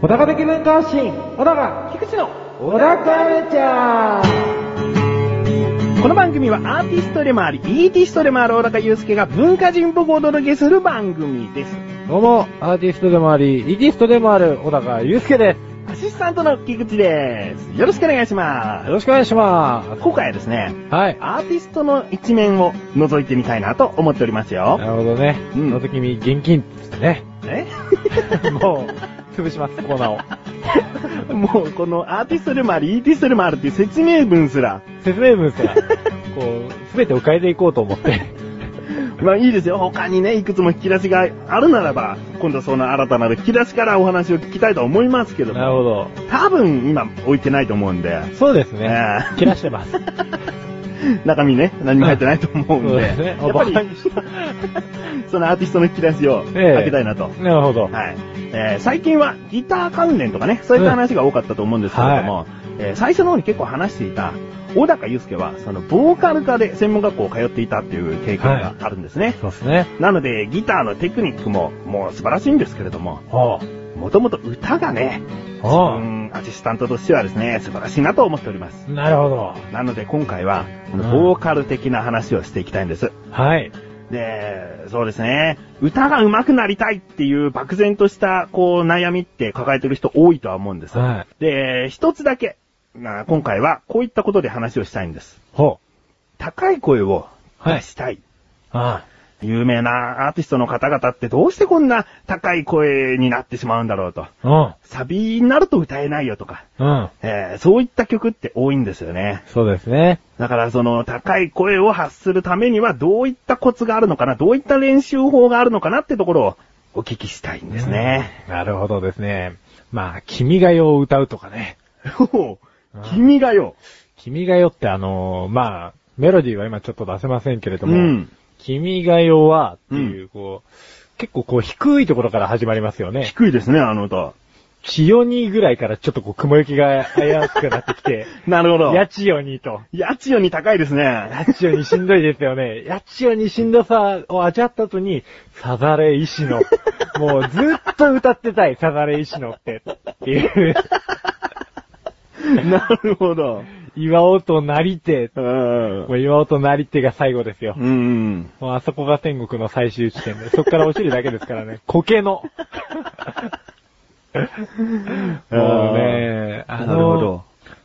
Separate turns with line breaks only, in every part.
小高的文化発信、小高、菊池の小高カルチャー。
この番組はアーティストでもあり、イーティストでもある小高祐介が文化人っぽくお届けする番組です。
どうも、アーティストでもあり、イーティストでもある小高祐介で。
アシスタントの菊池です。よろしくお願いします。
よろしくお願いします
今回はですね、
す。はい。
アーティストの一面を覗いてみたいなと思っております
な
よ。
るほどね。
うん
その時に現金っつってね。
え
もう、潰します、コーナーを。
もうこのアーティストでもあり、イーティストでもあるっていう説明文すら、
説明文 から、こう、すべてを変えていこうと思って。
まあいいですよ。他にね、いくつも引き出しがあるならば、今度はその新たなる引き出しからお話を聞きたいと思いますけども
なるほど。
多分今置いてないと思うんで、
そうですね
え。え
切らして ます。
中身ね、何も入ってないと思うん で、
そうですね
やっぱり
あバカに、
そのアーティストの引き出しを
ええ
開けたいなと。
なるほど。
はい。えー最近はギター関連とかね、そういった話が多かったと思うんですけれども、えー最初の方に結構話していた、小高祐介は、その、ボーカル科で専門学校を通っていたっていう経験があるんですね。
そうですね。
なので、ギターのテクニックも、もう素晴らしいんですけれども、
は
もともと歌がね、
あ。は
うんアシスタントとしてはですね、素晴らしいなと思っております。
あ。なるほど。
なので今回は、
うん
ボーカル的な話をしていきたいんです。
はい。
で、そうですね、歌が上手くなりたいっていう漠然とした、こう、悩みって抱えてる人多いとは思うんです。
はい。
で、一つだけ、まあ今回はこういったことで話をしたいんです。
ほ
高い声を出したい
あ。あ
有名なアーティストの方々ってどうしてこんな高い声になってしまうんだろうと。
あ。
サビになると歌えないよとか、
うん。うん。
えーそういった曲って多いんですよね。
そうですね。
だからその高い声を発するためにはどういったコツがあるのかな、どういった練習法があるのかなってところをお聞きしたいんですね。
なるほどですね。まあ、君が代を歌うとかね。
おう君がよ。
君が代ってあのーまあ、メロディーは今ちょっと出せませんけれど
う
も、
ん。
君が代はっていう、こう、結構こう低いところから始まりますよね。
低いですね、あの歌。
千代にぐらいからちょっとこう雲行きが危うくなってき て、
なるほど。
やちよにと。
やちよに高いですね。
やちよにしんどいですよね。やちよにしんどさを味わった後に、サザレイシの、もうずっと歌ってたい、サザレイシのって、っていう、
なるほど。
岩尾となりて、
うん。
もう岩尾となりてが最後ですよ
う。ん。
もうあそこが天国の最終地点で、そこから落ちるだけですから ね。苔の。もうね、あ
なるほど
の、。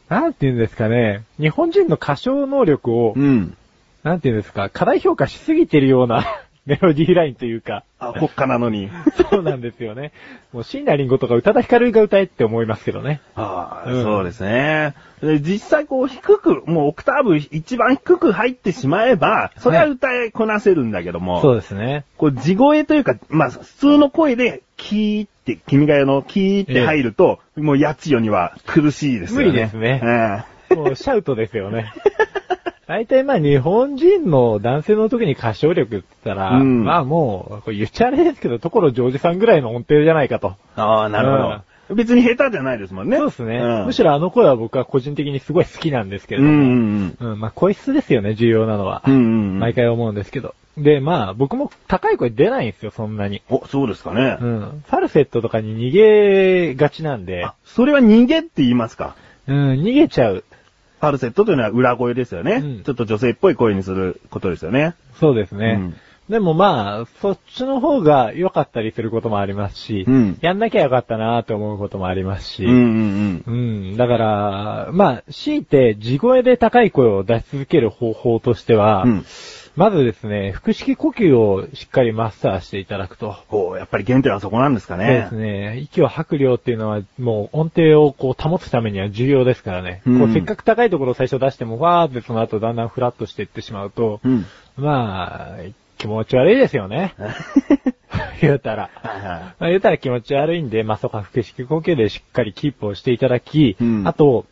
なんて言うんですかね、日本人の歌唱能力を、
うん。
なんて言うんですか、過大評価しすぎてるような メロディーラインというか、
あ、国家なの に。
そうなんですよね。もう、椎名林檎とか宇多田ヒカルが歌えって思いますけどね。
ああ、
うん
そうですね。で実際こう低く、もうオクターブ一番低く入ってしまえば、それは歌いこなせるんだけども、
そうですね。
こう地声というか、まあ普通の声で、キーって、君が代のキーって入ると、もうやつよには苦しいですよね。
無理ですね
え
もう、シャウトですよね。大体まあ日本人の男性の時に歌唱力って言ったら、
うん
まあもう、これ言っちゃあれですけど、ところジョージさんぐらいの音程じゃないかと。
えああ、なるほど、別に下手じゃないですもんね。
そうですね、
うん、
むしろあの声は僕は個人的にすごい好きなんですけれ
う
ど
んう
も、
ん
うん、まあ、声質ですよね、重要なのは。
うん。うんうん。
毎。回思うんですけど。で、まあ、僕も高い声出ないんですよ、そんなに。
お、そうですかね。
うん。ファルセットとかに逃げがちなんで
あ、、それは逃げって言いますか
うん、逃げちゃう。
ファルセットというのは裏声ですよね。
うん
ちょっと女性っぽい声にすることですよね。
そうですね。でもまあ、そっちの方が良かったりすることもありますし、
うん
やんなきゃよかったなと思うこともありますし、
うん。うんうん
うん、だから、まあ、強いて、地声で高い声を出し続ける方法としては、
うん。うん。
まずですね、腹式呼吸をしっかりマスターしていただくと。
こう、やっぱり原点はそこなんですか
そうで
ね。
すね。息を吐く量っていうのは、もう音程をこう保つためには重要ですからね。
うん
こうせっかく高いところを最初出しても、わーってその後だんだんフラッとしていってしまうと、
うん。
まあ、気持ち悪いですよ ね。言うたら。
はいは
まあ、言うたら気持ち悪いんで、まあ、そこは腹式呼吸でしっかりキープをしていただき、
うん
あと、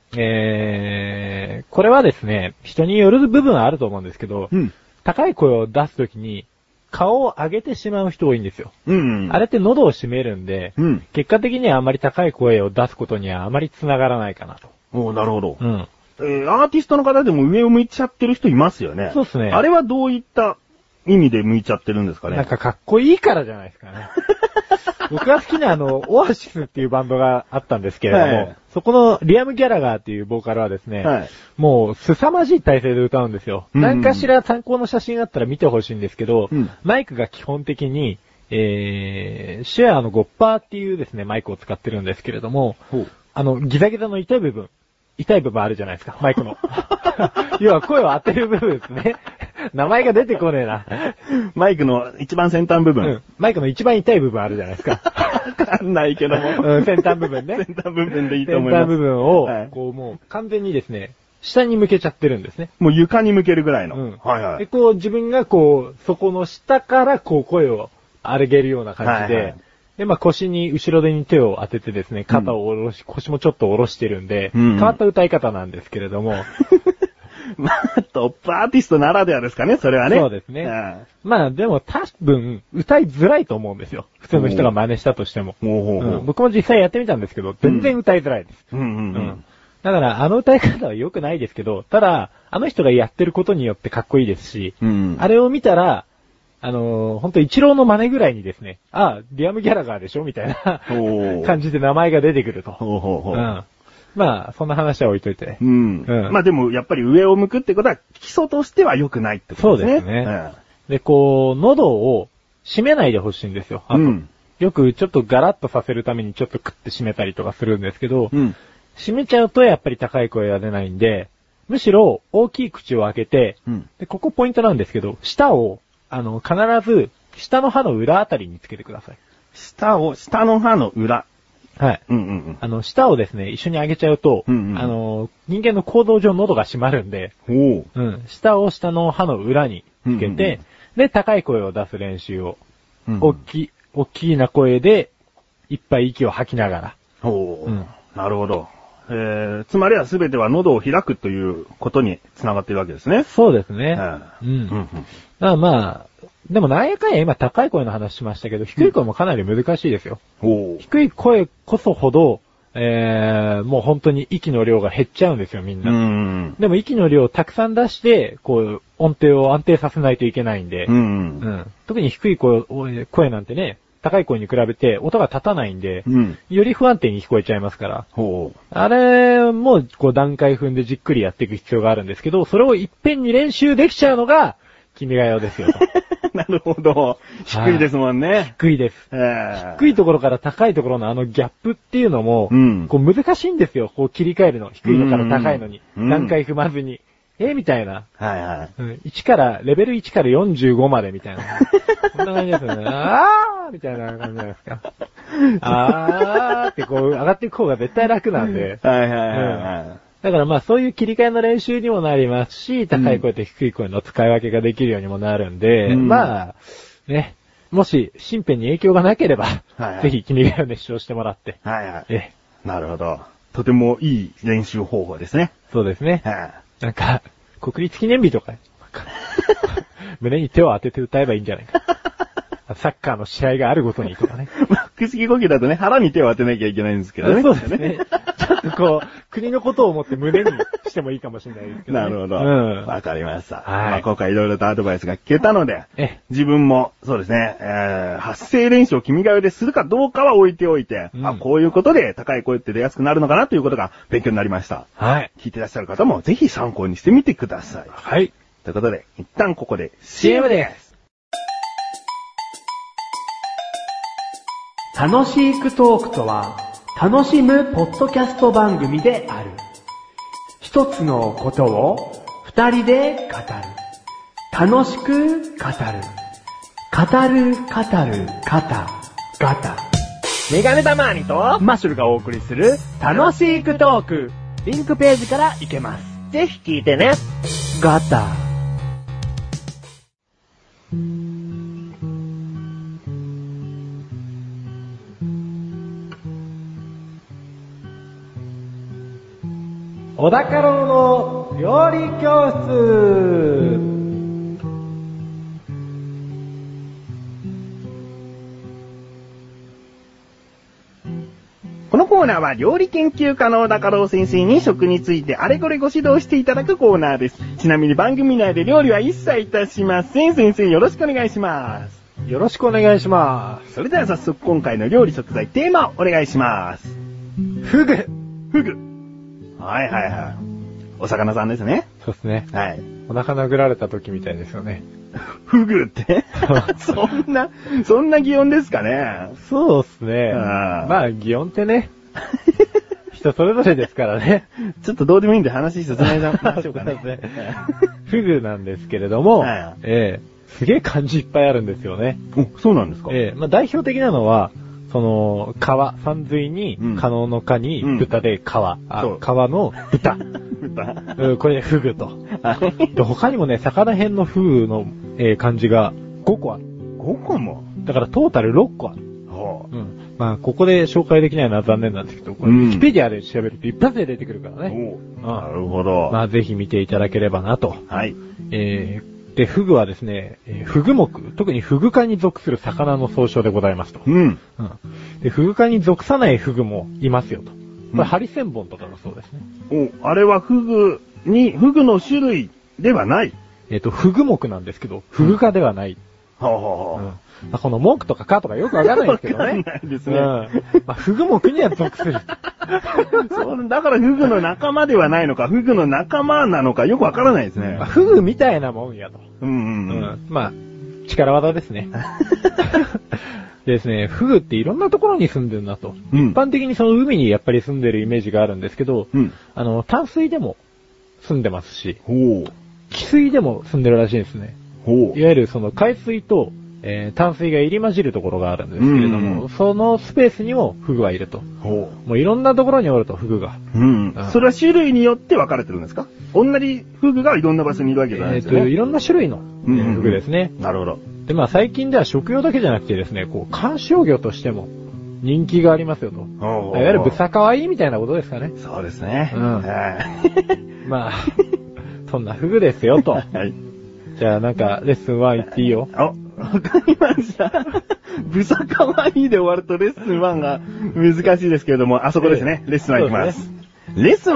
えー、これはですね、人による部分はあると思うんですけど、
い。うん。
高い声を出すときに、顔を上げてしまう人多いんですよ。
うんうん。
あれって喉を閉めるんで、
うん。
結果的にはあまり高い声を出すことにはあまり繋がらないかなと。
おーなるほど。
うん。
えーアーティストの方でも上を向いちゃってる人いますよね。
そうっすね
あれはどういった意味で向いちゃってるんですかね。
なんかかっこいいからじゃないです かね。僕が好きなあの、オアシスっていうバンドがあったんですけれども、
はい
そこのリアム・ギャラガーっていうボーカルはですね、
はい
もう凄まじい体勢で歌うんですよ。
うん
何かしら参考の写真があったら見てほしいんですけど、
うん
マイクが基本的に、えー、シェアのゴッパーっていうですね、マイクを使ってるんですけれども、
ほう
あの、ギザギザの痛い部分。痛い部分あるじゃないですか、マイ クの。要は声を当てる部分ですね。名前が出てこねえな。
マイクの一番先端部
う
分
ん。。マイクの一番痛い部分あるじゃないですか。
わかんないけども。
うん先端部分ね。
先端部分でいいと
先
思います。
端部分を
はい、
こうもう完全にですね、下に向けちゃってるんですね。
もう床に向けるぐらいの。
うん。
はいは
で、
い。
こう自分がこう、そこの下からこう声を上げるような感じで、
はいはい
で、まあ腰に、後ろ手に手を当ててですね、肩を下ろし、腰もちょっと下ろしてるんで、
うんうん
変わった歌い方なんですけれ ども、
まあ、トップアーティストならではですかね、それはね。
そうですね
ん
まあでも多分、歌いづらいと思うんですよ。普通の人が真似したとしても。
ほうほうほう
うん僕も実際やってみたんですけど、全然歌いづらいです。
うんうんう
うんん。だから、あの歌い方は良くないですけど、ただ、あの人がやってることによってかっこいいですし、
うん
あれを見たら、あのー、ほんと一郎の真似ぐらいにですね、ああ、リアム・ギャラガーでしょみたいな
おー
感じで名前が出てくると。
ほうほう
う
ほう。
ん、まあ、そんな話は置いといて
う。ん。
うん
まあでも、やっぱり上を向くってことは、基礎としては良くないってことですね。
そうですねで、こう、喉を閉めないでほしいんですよ。あ
う
と
ん。
よくちょっとガラッとさせるためにちょっとクッて閉めたりとかするんですけど、
うん。
閉めちゃうとやっぱり高い声が出ないんで、むしろ大きい口を開けて、
うん。
で、ここポイントなんですけど、舌を、あの、必ず、下の歯の裏あたりにつけてください。
下を、下の歯の裏。
はい。
うんうん
あの、舌をですね、一緒に上げちゃうと、
うんうん
あの、人間の行動上喉が閉まるんで、
うん。おー
うん、舌を下の歯の裏につけて、
うんうんうん
で、高い声を出す練習を、
うん
大きい、大きな声で、いっぱい息を吐きながら、
おー
うん
なるほど。えー、つまりは全ては喉を開くということに繋がってるわけですね。
そうですね。
はい
うん。
うん
まあまあ、でもなんやかんや今高い声の話しましたけど、低い声もかなり難しいですよ。
うん。おー
低い声こそほど、えー、もう本当に息の量が減っちゃうんですよ、みん
う
な。
ん。
でも息の量をたくさん出して、こう、音程を安定させないといけないんで、
う。
うんん特に低い声声なんてね、高い声に比べて音が立たないんで、
うん。
より不安定に聞こえちゃいますから。
ほ
あれも、こう段階踏んでじっくりやっていく必要があるんですけど、それをいっぺんに練習できちゃうのが、君が代ですよと。
う。 なるほど。低いですもんね。
低いです。低
い。
いところから高いところのあのギャップっていうのも、
うん
こう難しいんですよ。こう切り替えるの。低いのから高いのに。
うん
段階踏まずに。えーみたいな。
はいはい。
うん、1から、レベル1から45までみ たいな。こんな感じですよね。あーみたいな感じじゃないです か。あーってこう上がっていく方が絶対楽なんで。
はいはいはいはい。
だからまあそういう切り替えの練習にもなりますし、高い声と低い声の使い分けができるようにもなるんで、
うん
まあ、ね、もし身辺に影響がなければ、
はいはい
ぜひ君が代を熱唱してもらって、
はいはい。
え、
なるほど。とてもいい練習方法ですね。
そうですね。
は
なんか、国立記念日と か、胸に手を当てて歌えばいいんじゃないか。 サッカーの試合があるごとにとかね。
い。まあ、腹式呼吸だとね、腹に手を当てなきゃいけないんですけどね。
そうですね。ちょっとこう、国のことを思って胸にしてもいいかもしれないですけど、ね。
なるほど。
うん。
わかりました。
はい
まあ今回いろいろとアドバイスが聞けたので
ええ、
自分も、そうですね、えー発声練習を君が代でするかどうかは置いておいて、
うん
あ、こういうことで高い声って出やすくなるのかなということが勉強になりました。
はい。
聞いてらっしゃる方もぜひ参考にしてみてください。
はい。
ということで、一旦ここで
CM です。
楽しいクトークとは、楽しむポッドキャスト番組である。一つのことを二人で語る。楽しく語る。語る、語る、語、ガタ。メガネたまーにとマッシュルがお送りする楽しいクトーク。リンクページから行けます。ぜひ聞いてね。ガタ。
小田家老の料理教室
このコーコーナーは料理研究家の小高郎先生に食についてあれこれご指導していただくコーナーです。ちなみに番組内で料理は一切いたしません。先生よろしくお願いします。
よろしくお願いしま
それでは早速今回の料理食材テーマをお願いします。
す。ふぐ
フグ。はいはいはい。お魚さんですね。
そうですね。
はい。
お腹殴られた時みたいですよね。
フグって そんな、そんな擬音ですかね。
そうですね。
あー
まあ、擬音ってね。 人それぞれですからね。
ちょっとどうでもいいんで話進めましょうか ね
そう。ですフグなんですけれども、
はい
ええすげえ漢字いっぱいあるんですよね。
お、そうなんですか
ええまあ、代表的なのは、その、川、山水に
うん、
可能の蚊に、
うん
豚で川、あ
そう
川の 豚。
豚
うんこれでフグと。で、他にもね、魚編のフグの、えー漢字が5個ある。
5個も
だからトータル6個ある。
ほ
うん。まあ、ここで紹介できないのは残念なんですけど、これ、
う
ウ
ん
ィキペディアで調べると一発で出てくるから
う
ね。
おなるほど。
まあ、ぜひ見ていただければなと。
はい。
えーで、フグはですね、えーフグ目、特にフグ科に属する魚の総称でございますと。
うん。
うん。で、フグ科に属さないフグもいますよと。こ
うん
れ、ハリセンボンとかもそうですね。
お、あれはフグに、フグの種類ではない。
えっ、と、フグ目なんですけど、フグ科ではない。
はあ、
うん
は
まあこの文句とかかとかよくわかんないですけどね。
わかんないですね
うんまあ、フグ目には属 する。
あ、そうだからフグの仲間ではないのか、フグの仲間なのかよくわからないですね
まあ、。フグみたいなもんやと。
うんうんうん。
まあ、力技です ね。でですね、フグっていろんなところに住んでるなと。
うん
一般的にその海にやっぱり住んでるイメージがあるんですけど、
うん。
あの、淡水でも住んでますし、
ほう。
汽水でも住んでるらしいですね。
ほ
いわゆるその海水と、えー淡水が入り混じるところがあるんですけれど
うん
も、そのスペースにもフグはいると。
う。ほ
もういろんなところにおると、フグが。
う。うん
う。ん
それは種類によって分かれてるんですか同じフグがいろんな場所にいるわけじゃない
えっ、
です
と、
よ
い
ね。
ろんな種類の、
うん
えーフグですね。
なるほど。
で、まあ最近では食用だけじゃなくてですね、こう、観賞魚としても人気がありますよと。
ほうほうほ
いうわゆるブサカワイみたいなことですかね。
そうですね。
うん
はい
まあ、 そんなフグですよ と。
はい。
じゃあなんか、レッスン1行っていいよ。
あ、わかりま した。ブサかわいいで終わるとレッスン1が難しいですけれども、あそこですね。
ええ
レッスン1いきます。
そう
レッスン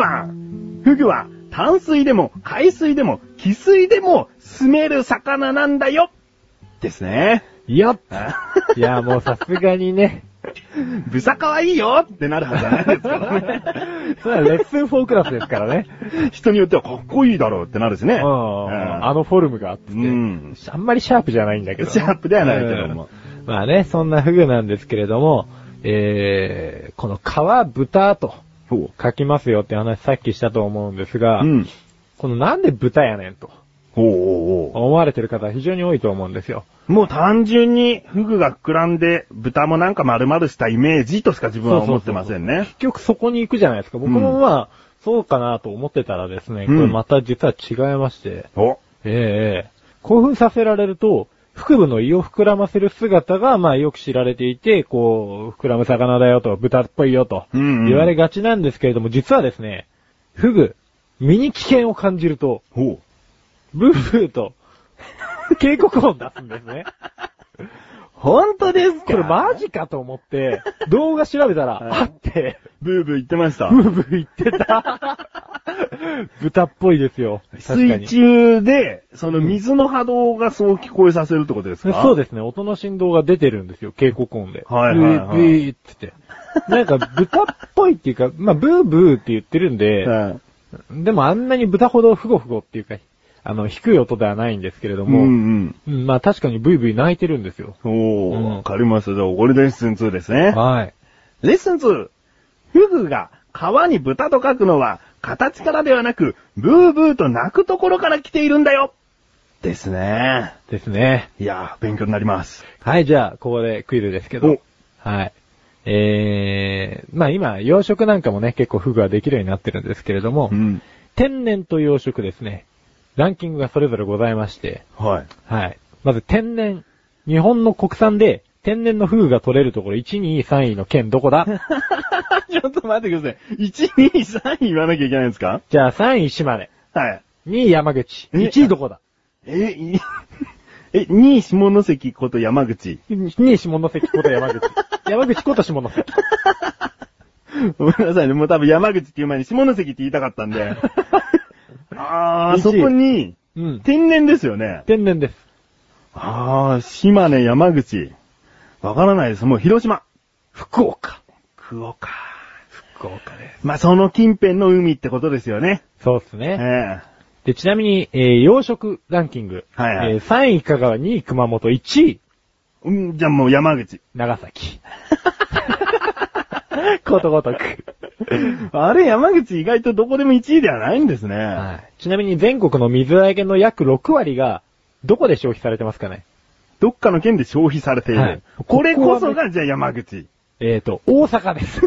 1! フグは淡水でも海水でも汽水でも住める魚なんだよですね。
いや
あ
いや、もうさすがにね。
ブサかわいいよってなるはずはないですか らね。
それはレッスン4クラスですからね。
人によってはかっこいいだろうってなるしね。
うん。あのフォルムがあって
う。ん。
あんまりシャープじゃないんだけどね。
シャープではないけども
うん。まあね、そんなフグなんですけれども、えー、この皮豚と
ほ
書きますよって話さっきしたと思うんですが、
う。うん。
このなんで豚やねんと
ほうほうほ
思われてる方非常に多いと思うんですよ。
う。もう単純にフグが膨らんで豚もなんか丸々したイメージとしか自分は思ってませんね。
結局そこに行くじゃないですか。僕
う
もまあ、そうかなと思ってたらですね、こ
うん
れまた実は違いまして、
お
ええええ興奮させられると、腹部の胃を膨らませる姿が、まあよく知られていて、こう、膨らむ魚だよと、豚っぽいよと、
うんうん
言われがちなんですけれども、実はですね、フグ、身に危険を感じると、
ほ
ブーブーと、警告音出すんです ね。
う。本当ですか
これマジかと思って、動画調べた
は
ら、
い
あって、
ブーブー言ってました
ブ。ーブー言ってた。豚っぽいですよ。確か
水
に。
中で、その水の波動がそう聞こえさせるってことですか
そう
で
ですね、音の振動が出てるんですよ、警告音で。
はいはいはい
ブーブーってって。なんか豚っぽいっていうか、まあブーブーって言ってるんで、
はい。
でもあんなに豚ほどフゴフゴっていうか、あの、低い音ではないんですけれど
うん
も、
うん。
うんまあ確かにブイブイ泣いてるんですよ。
お
うん
ー、わかりました。じゃあ、これでレッスン2ですね。
はい。
レッスン 2! フグが川に豚と書くのは、形からではなく、ブーブーと鳴くところから来ているんだよですね。
ですね。
いやー、勉強になります。
はい、じゃあ、ここでクイズですけ
お
ど。はい。えー、まあ今、養殖なんかもね、結構フグはできるようになってるんですけれども、
ん。
天然と養殖ですね、ランキングがそれぞれございまして、
はい。
はい。まず天然。日本の国産で天然のフグが取れるところ1、2、3位の県どこだ
ちょっと待ってください。1、2、3言わなきゃいけないんですか
じゃあ3位島根。
はい。
2位山口。
え
1位どこだ
え、い え、2位下関こと山口。
?2 位下関こと山口。山口こと下関。
ごめんなさいね。もう多分山口っていう前に下関って言いたかったんで。 ああ、
一
そこに、
うん。
天然ですよね。
天然です。
ああ、島根、山口。わからないです。もう広島。
福岡。
福岡。
福岡です。
まあ、その近辺の海ってことですよね。
そうです
ええ
ね。で、ちなみに、えー、洋食ランキング。
はいはい
えー、3位香川、2位熊本、1位
うん、じゃあもう山口。
長 崎。ことごとく。
あれ、山口意外とどこでも1位ではないんですね。
はい。ちなみに全国の水揚げの約6割が、どこで消費されてますかね
どっかの県で消費されている。
はい
これこそ
ここは
が、じゃあ山口。
えーと、大阪 です。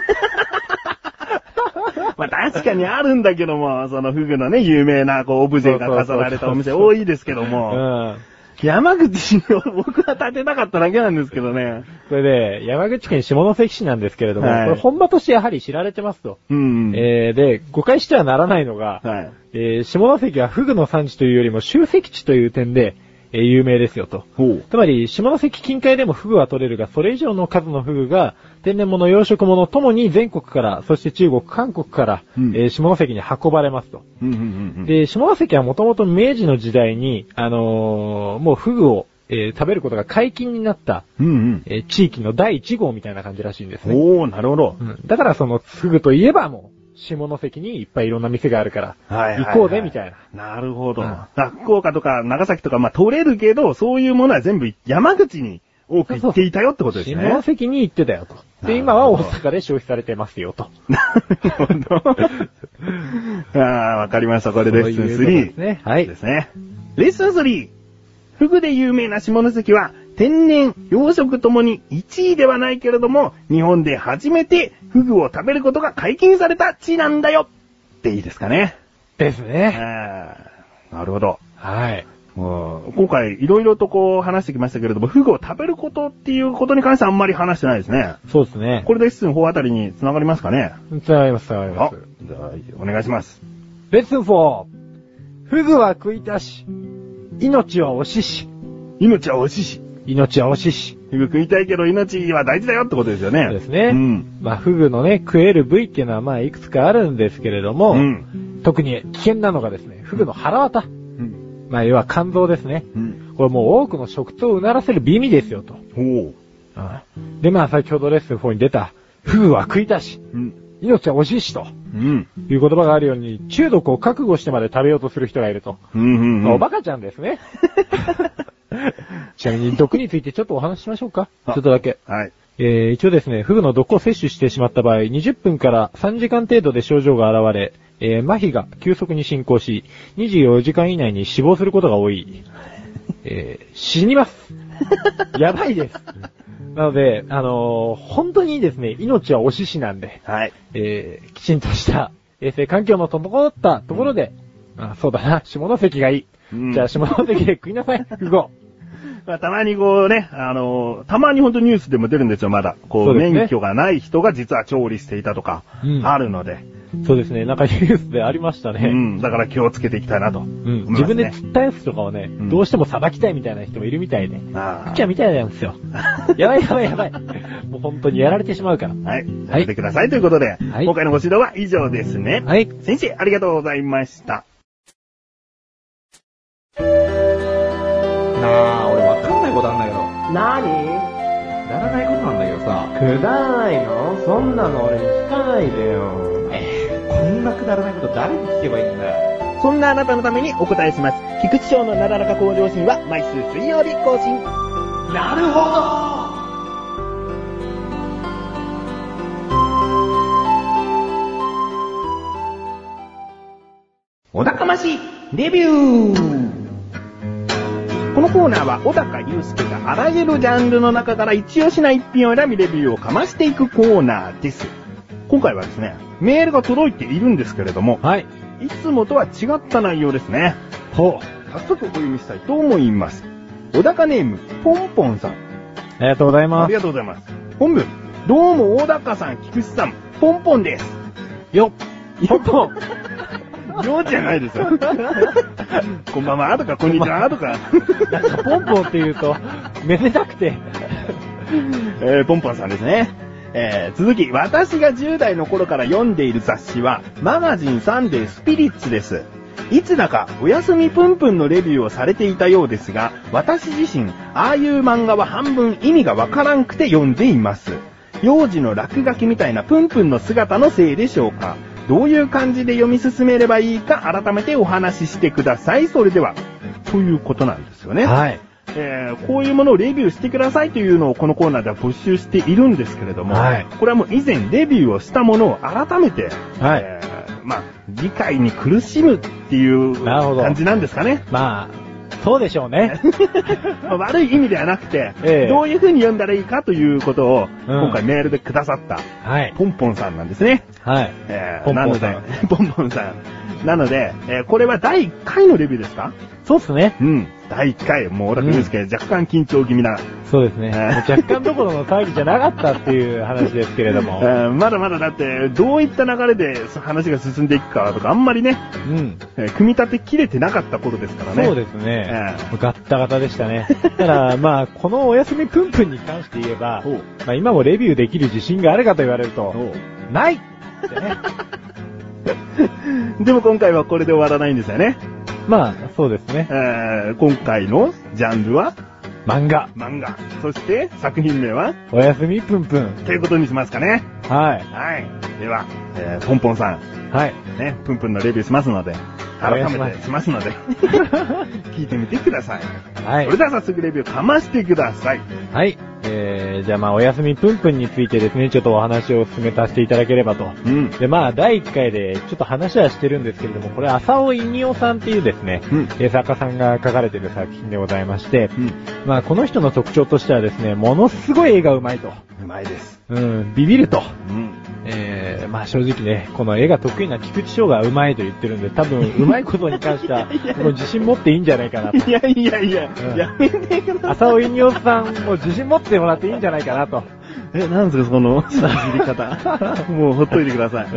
まあ確かにあるんだけども、 そのフグのね、有名なこうオブジェが飾られたお店多いですけど
う
も、
ん。
山口に僕は建てなかっただけなんですけどね。
それで、山口県下関市なんですけれども、
はい
これ本場としてやはり知られてますと。
うん。
えー、で、誤解してはならないのが、
はい。
えー、下関はフグの産地というよりも集積地という点で、えー有名ですよと。
ほう。
つまり、下関近海でもフグは取れるが、それ以上の数のフグが、天然物、養殖物ともに全国から、そして中国、韓国から、
うん
えー下関に運ばれますと。
うんうんうんうん。
で、下関はもともと明治の時代に、あのーもうフグを、えー食べることが解禁になった、
うん
えー地域の第1号みたいな感じらしいんです
うん。
ね。
おー、なるほど
う。ん、だからその、フグといえばもう、下関にいっぱいいろんな店があるから、
はいはいはい
行こうぜみたいな。
なるほど。
うん
だから福岡とか長崎とか、まあ取れるけど、そういうものは全部山口に多く行っていたよってことですね。
下関に行ってたよと。で、
なるほど
今は大阪で消費されてますよと。
なるほど。ああ、わかりました。これレッスン
そういうことです
3
ね。はい
で。すね。レッスン 3! フグで有名な下関は、天然、養殖ともに1位ではないけれども、日本で初めてフグを食べることが解禁された地なんだよっていいですかね。
です
あ
ね。
ーなるほど。
はい。
うん今回いろいろとこう話してきましたけれども、フグを食べることっていうことに関してはあんまり話してないですね。
そうですね。
これでレッスン4あたりに繋がりますかね
つながります、つながりま
あ
す。、
じゃあ、お願いします。
レッスン 4! フグは食いたし、命は惜しし、
命は惜しいし。
命は惜しし。
フグ食いたいけど命は大事だよってことですよね。
そうですね。
うん。
まあ、フグのね、食える部位っていうのはまあ、いくつかあるんですけれども、
うん。
特に危険なのがですね、フグの腹渡。
うん。
まあ、要は肝臓ですね。
うん。
これもう多くの食とをうならせる美味ですよ、と。
おう。
で、まあ、先ほどレッスン4に出た、フグは食いたし、
うん。
命は惜しいし、と
うん。
いう言葉があるように、中毒を覚悟してまで食べようとする人がいると。
うん。うん。
まあおバカちゃんです ね。ちなみに毒についてちょっとお話ししましょうか。ちょ
あ
っとだけ。
はい。
えー、一応ですね、フグの毒を摂取してしまった場合、20分から3時間程度で症状が現れ、えー、麻痺が急速に進行し、24時間以内に死亡することが多い。えー、死にます。 やばいです。なので、あのー本当にですね、命はおししなんで、
はい。
えー、きちんとした衛生環境の整ったところで、あそうだな、下関がいい。
うん
じゃあ下関で食いなさい、フグを。
まあ、たまにこうね、あのーたまにほんとニュースでも出るんですよ、まだ。こ、
そううですね
免許がない人が実は調理していたとか
う、ん
あるので、
そうですね、なんかニュースでありました
う
ね。
ん。だから気をつけていきたいなと。
うん、
思い
自
ます
分
ね
で釣ったやつとかをね、
ん
どうしてもさばきたいみたいな人もいるみたいで、
あ
食っちゃ
あ。
みたいなん ですよ。やばいやばいやばい。もう本当にやられてしまうから。
はい。やめてくださいということで、
はい
今回のご指導は以上ですね。
はい。
先生、ありがとうございました。
なあ、俺わかんないことあんだけど、
なに
くだらないことなんだけどさ、
くだらないのそんなの俺に聞かないでよ。
えー、こんなくだらないこと誰に聞けばいいんだよ。
そんなあなたのためにお答えします。菊池賞のなだらか向上心は毎週水曜日更新。
なるほど
お高ましいレビューこのコーナーは小高祐介があらゆるジャンルの中から一押しな一品を選びレビューをかましていくコーナーです。今回はですね、メールが届いているんですけれども、
はい。
いつもとは違った内容ですね。
ほう。
早速お読みしたいと思います。小高ネーム、ポンポンさん。
ありがとうござい
あ
ま
り
す。
がとうございます。本文、どうも大高さん、菊池さん、ポンポンです。
よっ。ポンポン。
ようじゃな いですよ。こんばんは、とか、こんにちは、とか。
なんかポンポンって言うと、めでたくて。
えー、ポンポンさんですね。えー、続き、私が10代の頃から読んでいる雑誌は、マガジンサンデースピリッツです。いつだか、おやすみぷんぷんのレビューをされていたようですが、私自身、ああいう漫画は半分意味がわからんくて読んでいます。幼児の落書きみたいなぷんぷんの姿のせいでしょうか。どういう感じで読み進めればいいか、改めてお話ししてください。それでは、ということなんですよ ね。
はい。
えーこういうものをレビューしてくださいというのをこのコーナーでは募集しているんですけれども、
はい
これはもう以前レビューをしたものを改めて、
はい
えーまあ、理解に苦しむっていう
なるほど
感じなんですかね。
まあ、そうでしょう ね。
まあ悪い意味ではなくて、
ええ
どういう風に読んだらいいかということを、
うん
今回メールでくださった、
はい。
ポンポンさんなんですね。
はい。
えー
ポンポン
なので、 ポンポンさん。なので、えーこれは第1回のレビューですか
そうっすね。
うん。第1回。もう、オラクですけど、若干緊張気味な
そうですね。
え
もう
ー
若干どころの騒ぎじゃなかったっていう話ですけれども。
えーまだまだだって、どういった流れでそ話が進んでいくかとか、あんまりね、
うん。
えー組み立てきれてなかった頃ですからね。
そうですね
え。
ガッタガタでしたね。ただ、まあ、このお休みプンプンに関して言えば
おう、
まあ今もレビューできる自信があるかと言われると、
お
ないってね。
うでも今回はこれで終わらないんですよね。
まあ、そうですね
え。ー今回のジャンルは
漫画、
漫画。そして作品名は
おやすみぷんぷん。
ということにしますかね。
はい。
はい。では、えーポンポンさん、
はい。
ね、プンプンのレビューしますので、
お願いし
改
ます
めてしますので、聞いてみてください。
はい
それ。では早速レビューかましてください。
はい。えー、じゃあまあ、おやすみぷんぷんについてですね、ちょっとお話を進めさせていただければと。
うん。
で、まあ、第1回でちょっと話はしてるんですけれども、これ、浅尾稲夫さんっていうですね、
うん
えー作家さんが書かれてる作品でございまして、
うん。
まあ、この人の特徴としてはですね、ものすごい絵がうまいと。
うまいです。
うん、ビビると。
うん。
えー、まあ正直ね、この絵が得意な菊池翔がうまいと言ってるんで、多分う まいことに関しては、もう自信持っていいんじゃないかなと。
いやいやいや、
うん
やめてください。
浅尾稲夫さんも自信持ってもらっていいんじゃないかなと。
え、なんですか、その、切り 方。もう、ほっといてください。う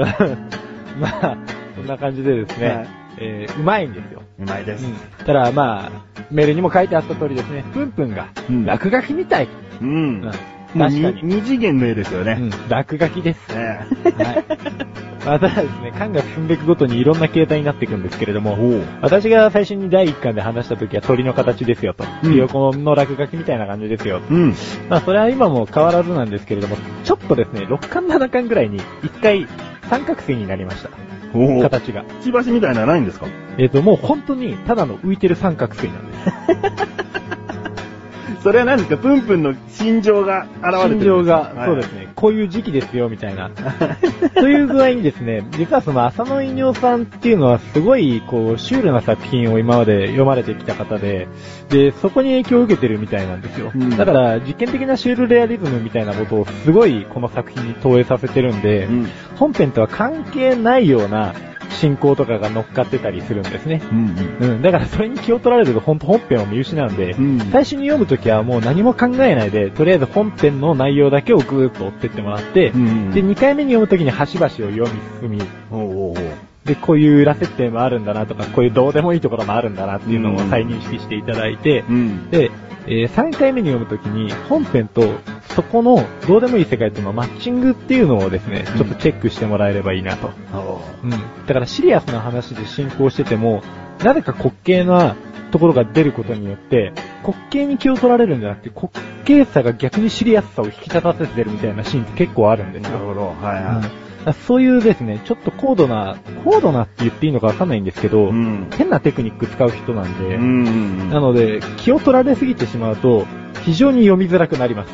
まあ、そんな感じでですね、
はい
えーうまいんですよ。
まいです。
ただまあ、メールにも書いてあった通りですね、ぷんぷんが
うん
落書きみたい。
うん。
うん
もう
確かに
に二次元の絵ですよ
う
ね。
ん落書きです。
え
はい。 まあ、ただですね、缶が進んでいくごとにいろんな形態になっていくんですけれど
え
も、
おう
私が最初に第1巻で話した時は鳥の形ですよと。
うん
横の落書きみたいな感じですよ。
うん。
まあそれは今も変わらずなんですけれども、ちょっとですね、6巻7巻ぐらいに1回三角形になりました。
おう
形が。
くちばしみたいなのはないんですか
えっ、と、もう本当にただの浮いてる三角錐なんです。
それは何ですかプンプンの心情が現れてる
心情
んですか。
が、
はい
そうですね、こういう時期ですよ、みたいな。という具合にですね、実はその浅野稲夫さんっていうのはすごい、こう、シュールな作品を今まで読まれてきた方で、で、そこに影響を受けてるみたいなんですよ。
うん
だから、実験的なシュールレアリズムみたいなことをすごいこの作品に投影させてるんで、
うん。
本編とは関係ないような進行とかが乗っかってたりするんですね。
うんうん。
うん、だからそれに気を取られると本当本編を見失うんで、
うん
最初に読むときはもう何も考えないで、とりあえず本編の内容だけをぐーっと追ってってもらって、
うんうん
で、2回目に読むときに端々を読み進み、
おうおうおう
で、こういう裏設定もあるんだなとか、こういうどうでもいいところもあるんだなっていうのを再認識していただいて、
うん。
で、え3回目に読むときに、本編とそこのどうでもいい世界とのマッチングっていうのをですね、ちょっとチェックしてもらえればいいなと。
おう
うん。だからシリアスな話で進行してても、なぜか滑稽なところが出ることによって、滑稽に気を取られるんじゃなくて、滑稽さが逆にシリアスさを引き立たせてるみたいなシーンって結構あるんです
なる
よ。
ほど。はい
うん、だ
は
か
い。
らそういうですね、ちょっと高度な、高度なって言っていいのかわかんないんですけど、
うん。
変なテクニック使う人なん
う
で、
んうん。
なので、気を取られすぎてしまうと、非常に読みづらくなります。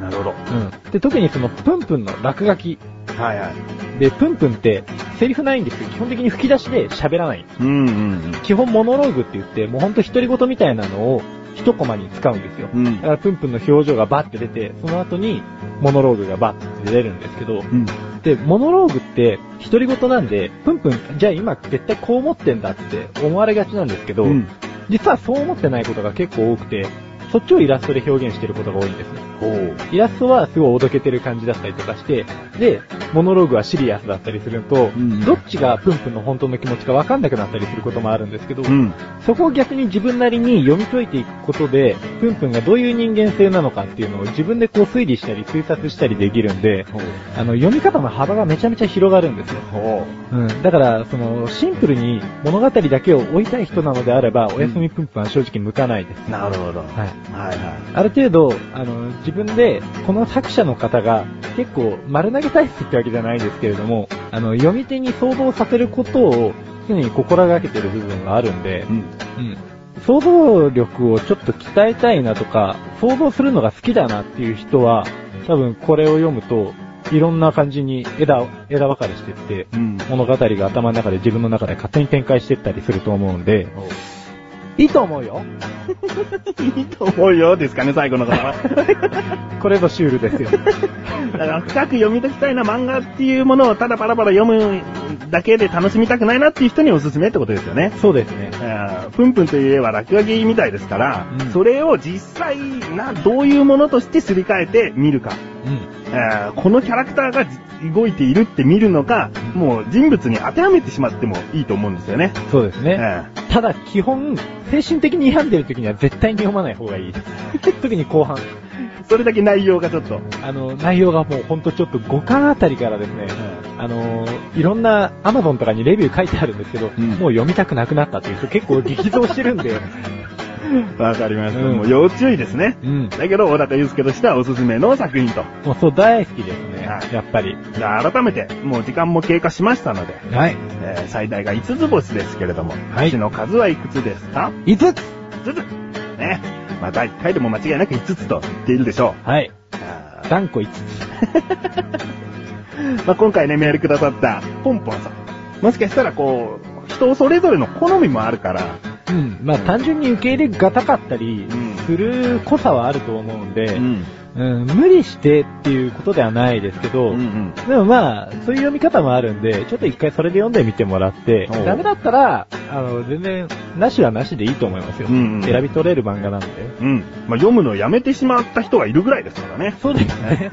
なるほど。
うん。で、特にその、プンプンの落書き。
はいはい。
で、プンプンって、セリフないんですよ。基本的に吹き出しで喋らない。
うんうん
基本モノローグって言って、もうほんと独り言みたいなのを一コマに使うんですよ。
うん。う
だからプンプンの表情がバッて出て、その後にモノローグがバッて出るんですけど、
ん。
で、モノローグって独り言なんで、プンプン、じゃあ今絶対こう思ってんだって思われがちなんですけど、
うん。
実はそう思ってないことが結構多くて、そっちをイラストで表現してることが多いんですね。
ほう。
イラストはすごいおどけてる感じだったりとかして、で、モノローグはシリアスだったりすると、
ん
どっちがプンプンの本当の気持ちかわかんなくなったりすることもあるんですけど、
うん。
そこを逆に自分なりに読み解いていくことで、プンプンがどういう人間性なのかっていうのを自分でこう推理したり推察したりできるんで、あの、読み方の幅がめちゃめちゃ広がるんですよ。
ほ
うん。だから、その、シンプルに物語だけを追いたい人なのであれば、おやすみプンプンは正直向かないです。
う。なるほど。
はい。
はいはい。
ある程度、あの、自分で、この作者の方が、結構、丸投げ体質ってわけじゃないですけれども、あの、読み手に想像させることを、常に心がけてる部分があるんで、
うん。
うん。想像力をちょっと鍛えたいなとか、想像するのが好きだなっていう人は、多分これを読むと、いろんな感じに枝、枝分かれしてって、
うん。
物語が頭の中で自分の中で勝手に展開してったりすると思うんで、いいと思うよ。
いいと思うよ、ですかね、最後の方 は。
これぞシュールですよ。
だから深く読み解きたいな漫画っていうものをただパラパラ読むだけで楽しみたくないなっていう人におすすめってことですよね。
そうですね。
あープンプンといえば落書きみたいですから、
うん
それを実際な、どういうものとしてすり替えて見るか、
うん。
あーこのキャラクターが動いているって見るのか、もう人物に当てはめてしまってもいいと思うんですよね。
そうですね。
あ
ただ、基本、精神的に病んでる時には絶対に読まない方が いいです。特に後半。
ーそれだけ内容がちょっと。
あの、内容がもうほんとちょっと5巻あたりからですね、あのーいろんな Amazon とかにレビュー書いてあるんですけど、
ん
もう読みたくなくなったっていう人結構激増してるん で、
わかりました。
うん
もう要注意ですね。
うん。
だけど、小高祐介としてはおすすめの作品と。
もうそう大好きですね、
はい
やっぱり。
じゃあ改めて、もう時間も経過しましたので、
はい。
えー最大が5つ星ですけれども、
い
星の数はいくつですか
5つ
?5 つね。また1回でも間違いなく5つと言っているでしょ。。
はいう
あ
断固5つ。
ーまあ、今回ね、メールくださった、ポンポンさん。もしかしたらこう、人それぞれの好みもあるから、
うん。まあ単純に受け入れがたかったり
うん
する濃さはあると思うんで、
ん。
うん、無理してっていうことではないですけど、
うんうん。
でもまあ、そういう読み方もあるんで、ちょっと一回それで読んでみてもらって
おう、
ダメだったら、あの、全然、なしはなしでいいと思いますよ。
うんうん
選び取れる漫画なんで。
うん。まあ、読むのをやめてしまった人がいるぐらいですからね。
そうです ね。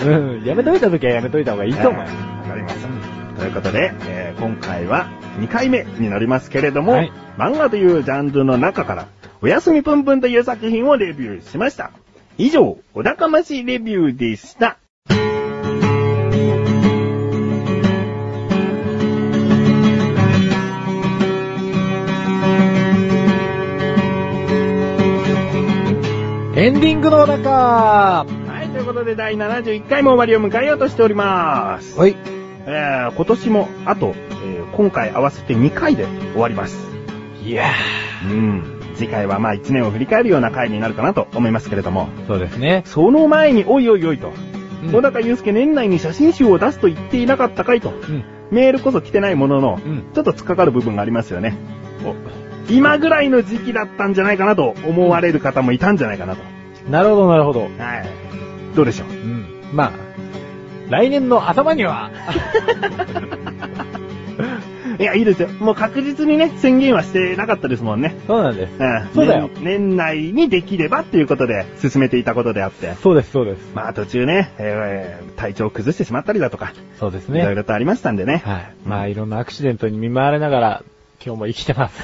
うん、やめといた時はやめといた方がいいと思います。
わかりました。ということで、えー今回は2回目になりますけれども、
はい
漫画というジャンルの中から、おやすみぷんぷんという作品をレビューしました。以上、お高ましレビューでした。
エンディングの中
はい、ということで第71回も終わりを迎えようとしております。
はい。
えー今年もあと、えー今回合わせて2回で終わります。
いや
うん。次回はまあ1年を振り返るような回になるかなと思いますけれども、
ー。そうですね。
その前においおいおいと、
うん
小高祐介年内に写真集を出すと言っていなかったかいと、
うん。
メールこそ来てないものの、
うん。
ちょっと突っかかる部分がありますよね。今ぐらいの時期だったんじゃないかなと思われる方もいたんじゃないかなと。
なるほど、なるほど。
はい。どうでしょう
うん。まあ、来年の頭には、
いや、いいですよ。もう確実にね、宣言はしてなかったですもんね。
そうなんです。
うん。
そうだよ
年年内にできればっていうことで進めていたことであって。
そうです、そうです。
まあ途中ね、えー体調を崩してしまったりだとか、
そうです
い
ね
ろい。ろとありましたんでね。
はい。まあ、いろんなアクシデントに見舞われながら、今日も生きて ます。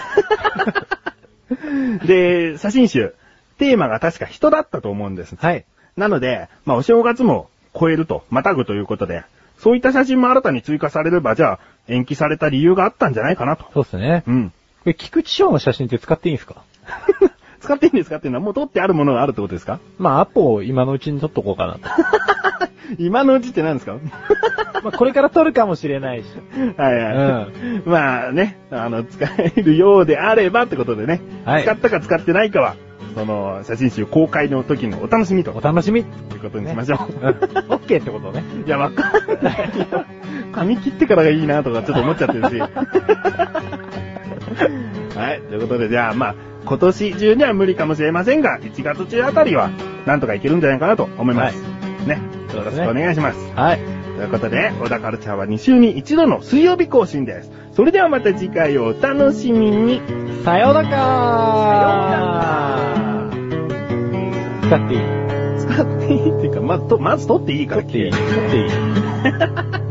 で、写真集、テーマが確か人だったと思うんです。
はい。
なので、まあ、お正月も超えると、またぐということで、そういった写真も新たに追加されれば、じゃあ、延期された理由があったんじゃないかなと。
そうですね。
う
こ
ん。
れ、菊池翔の写真って使っていいんですか
使っていいんですかっていうのは、もう撮ってあるものがあるってことですか
まあ、アポを今のうちに撮っとこうか なと。
今のうちって何ですか
まあ、これから撮るかもしれないし。
はいはい。まあね、あの、使えるようであればってことでね、
はい
使ったか使ってないかは、その、写真集公開の時のお楽しみと
お楽しみ。
いうことにしましょ
うん。オ
う。
ッケーってことね。
いや、わかんないよ。髪切ってからがいいなとかちょっと思っちゃってるし。はい、ということで、じゃあまあ、今年中には無理かもしれませんが、1月中あたりは、なんとかいけるんじゃないかなと思います。ね。
そ
よ
う
ろ
です
しく
ね
お願いします。
はい。
ということで、小田カルチャーは2週に1度の水曜日更新です。それではまた次回をお楽しみに。
さようなら使っていい。
使っていいっていうか、まあ、と、まず取っていいから
取っていい。取っていい。